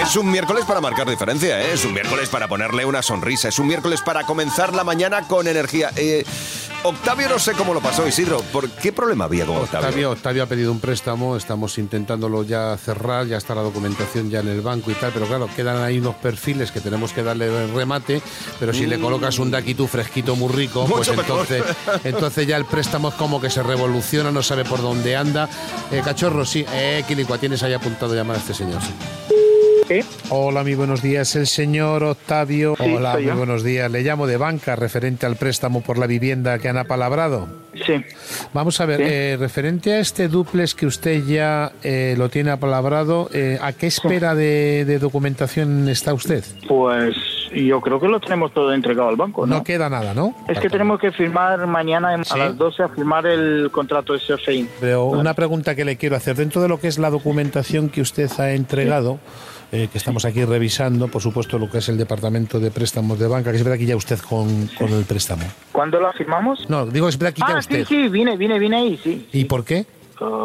Es un miércoles para marcar diferencia, ¿eh? es un miércoles para ponerle una sonrisa, es un miércoles para comenzar la mañana con energía. Eh, Octavio no sé cómo lo pasó, Isidro. ¿Por qué problema había con Octavio? Octavio, Octavio ha pedido un préstamo, estamos intentándolo ya cerrar, ya está la documentación ya en el banco y tal, pero claro, quedan ahí unos perfiles que tenemos que darle el remate, pero si le colocas un daquitú fresquito muy rico, pues Mm. Mucho mejor. entonces, entonces ya el préstamo es como que se revoluciona, no sabe por dónde anda. Eh, cachorro, sí, eh, Quilicua, tienes ahí apuntado llamar a este señor. sí. Sí, Hola, muy buenos días, el señor Octavio. Sí, Hola, soy muy yo. buenos días. Le llamo de banca referente al préstamo por la vivienda que han apalabrado. sí, Vamos a ver, Sí. eh, referente a este duplex que usted ya eh, lo tiene apalabrado, eh, ¿a qué espera de, de documentación está usted? pues yo creo que lo tenemos todo entregado al banco, Pues ¿no? No queda nada, ¿no? Es que tenemos que firmar mañana en- Sí. a las 12 a firmar el contrato SFI. Pero una pregunta que le quiero hacer, dentro de lo que es la documentación que usted ha entregado, eh, que estamos aquí revisando, por supuesto lo que es el Departamento de Préstamos de Banca, que es verdad que ya usted con, con el préstamo. ¿Cuándo la firmamos? No, digo, es verdad que ya ah, sí, usted. sí, vine, vine, vine ahí, sí. ¿Y por qué?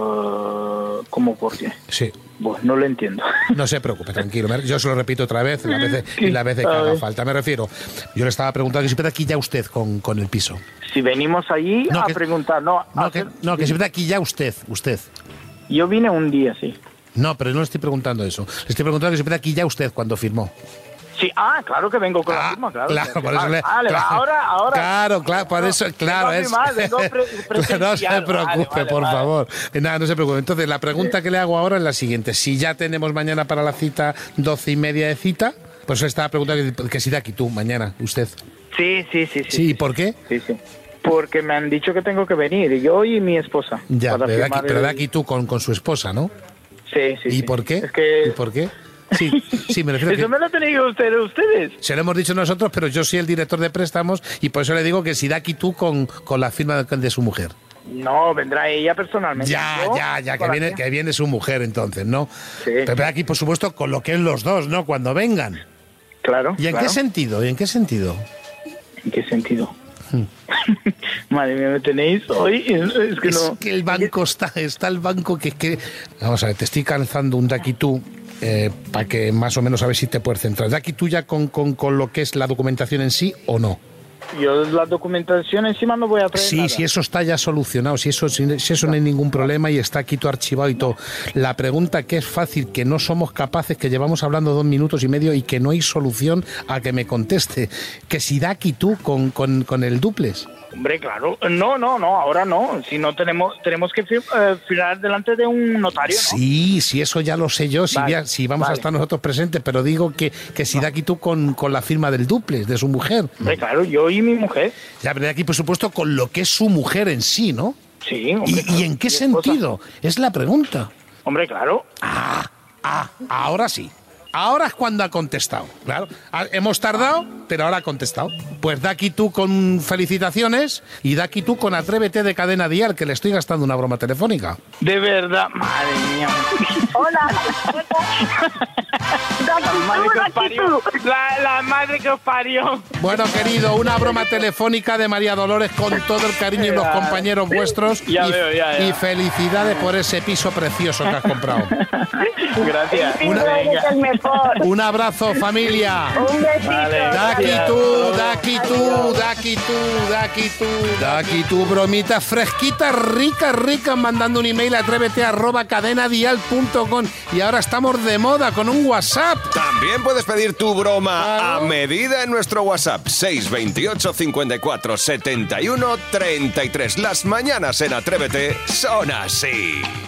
Ah, ¿Cómo por qué? Sí. Pues no lo entiendo. No se preocupe, tranquilo. Me- Yo se lo repito otra vez, las veces, y las veces que A haga ver. falta. Me refiero, yo le estaba preguntando que si es verdad que ya usted con, con el piso. Si venimos allí No, a que- preguntar, no, a No, que, hacer- no, que si es verdad que ya usted, usted. yo vine un día, sí. No, pero no le estoy preguntando eso. Le estoy preguntando que si es verdad que ya usted cuando firmó. Sí, ah, claro que vengo con la Ah, firma, claro. claro, por eso Ah, le- vale, claro. ahora, ahora. Claro, claro, por No, eso, vengo claro, a es- firmar, vengo pre- presencial. no se Vale, preocupe, vale, por vale. favor. Eh, Nada, no se preocupe. Entonces, la pregunta que le hago ahora es la siguiente. Si ya tenemos mañana para la cita, doce y media de cita, pues le estaba preguntando que, que si de aquí tú, mañana, usted. Sí, sí, sí, sí. Sí, ¿y por qué? Sí, sí. Porque me han dicho que tengo que venir, yo y mi esposa. Ya, para pero de aquí, firmar pero de el- aquí tú con, con su esposa, ¿no? Sí, sí. ¿Y sí. por qué? Es que. ¿Y por qué? Sí, sí, me refiero Eso que... me lo han tenido ustedes, ustedes. Se lo hemos dicho nosotros, pero yo soy el director de préstamos y por eso le digo que si da aquí tú con, con la firma de, de su mujer. No, vendrá ella personalmente. Ya, Yo, ya, ya, que con la viene, mía. que viene su mujer entonces, ¿no? Sí. Pero de aquí, por supuesto, con lo que es los dos, ¿no? Cuando vengan. Claro. ¿Y en claro. qué sentido? ¿Y en qué sentido? ¿En qué sentido? Hmm. Madre mía, me tenéis hoy. Es que es no. que el banco está, está el banco que es que. Vamos a ver, te estoy calzando un daquitú. Eh, para que más o menos a ver si te puedes centrar. ¿Daqui tú ya con, con, con lo que es la documentación en sí o no? Yo la documentación encima no voy a traer. Sí, Pues nada. si eso está ya solucionado, si eso, si, si eso no hay ningún problema y está aquí todo archivado y todo. La pregunta que es fácil, que no somos capaces, que llevamos hablando dos minutos y medio y que no hay solución a que me conteste, que si da aquí tú con, con, con el duples. Hombre, claro. No, no, no, ahora no. Si no tenemos, tenemos que fir- eh, firmar delante de un notario, ¿no? Sí, sí, eso ya lo sé yo, si, Vale, ya- si vamos a vale. estar nosotros presentes, pero digo que, que si da aquí tú con, con la firma del duples, de su mujer. Hombre, claro, yo y mi mujer. Ya, pero de aquí, por supuesto, con lo que es su mujer en sí, ¿no? Sí, hombre. ¿Y, claro, y en qué mi esposa. sentido? Es la pregunta. Hombre, claro. Ah, ah, ahora sí. Ahora es cuando ha contestado. Claro, Ah, hemos tardado, pero ahora ha contestado. Pues Daki tú con felicitaciones y Daki tú con atrévete de cadena dial, que le estoy gastando una broma telefónica. De verdad, madre mía. Hola. La madre que os Daki tú, parió. La, la madre que os parió. Bueno, querido, una broma telefónica de María Dolores con todo el cariño y los compañeros vuestros. Ya y, veo, ya, ya. y felicidades por ese piso precioso que has comprado. Gracias. Daki tú, eres el mejor. Un abrazo, familia. Un besito. Vale, Daki gracias. tú, daki tú, daki tú, daki tú, daki tú, bromita fresquita, rica, rica, mandando un email a atrévete arroba cadenadial.com y ahora estamos de moda con un WhatsApp. También puedes pedir tu broma Claro. a medida en nuestro WhatsApp 628 54 71 33. Las mañanas en Atrévete son así.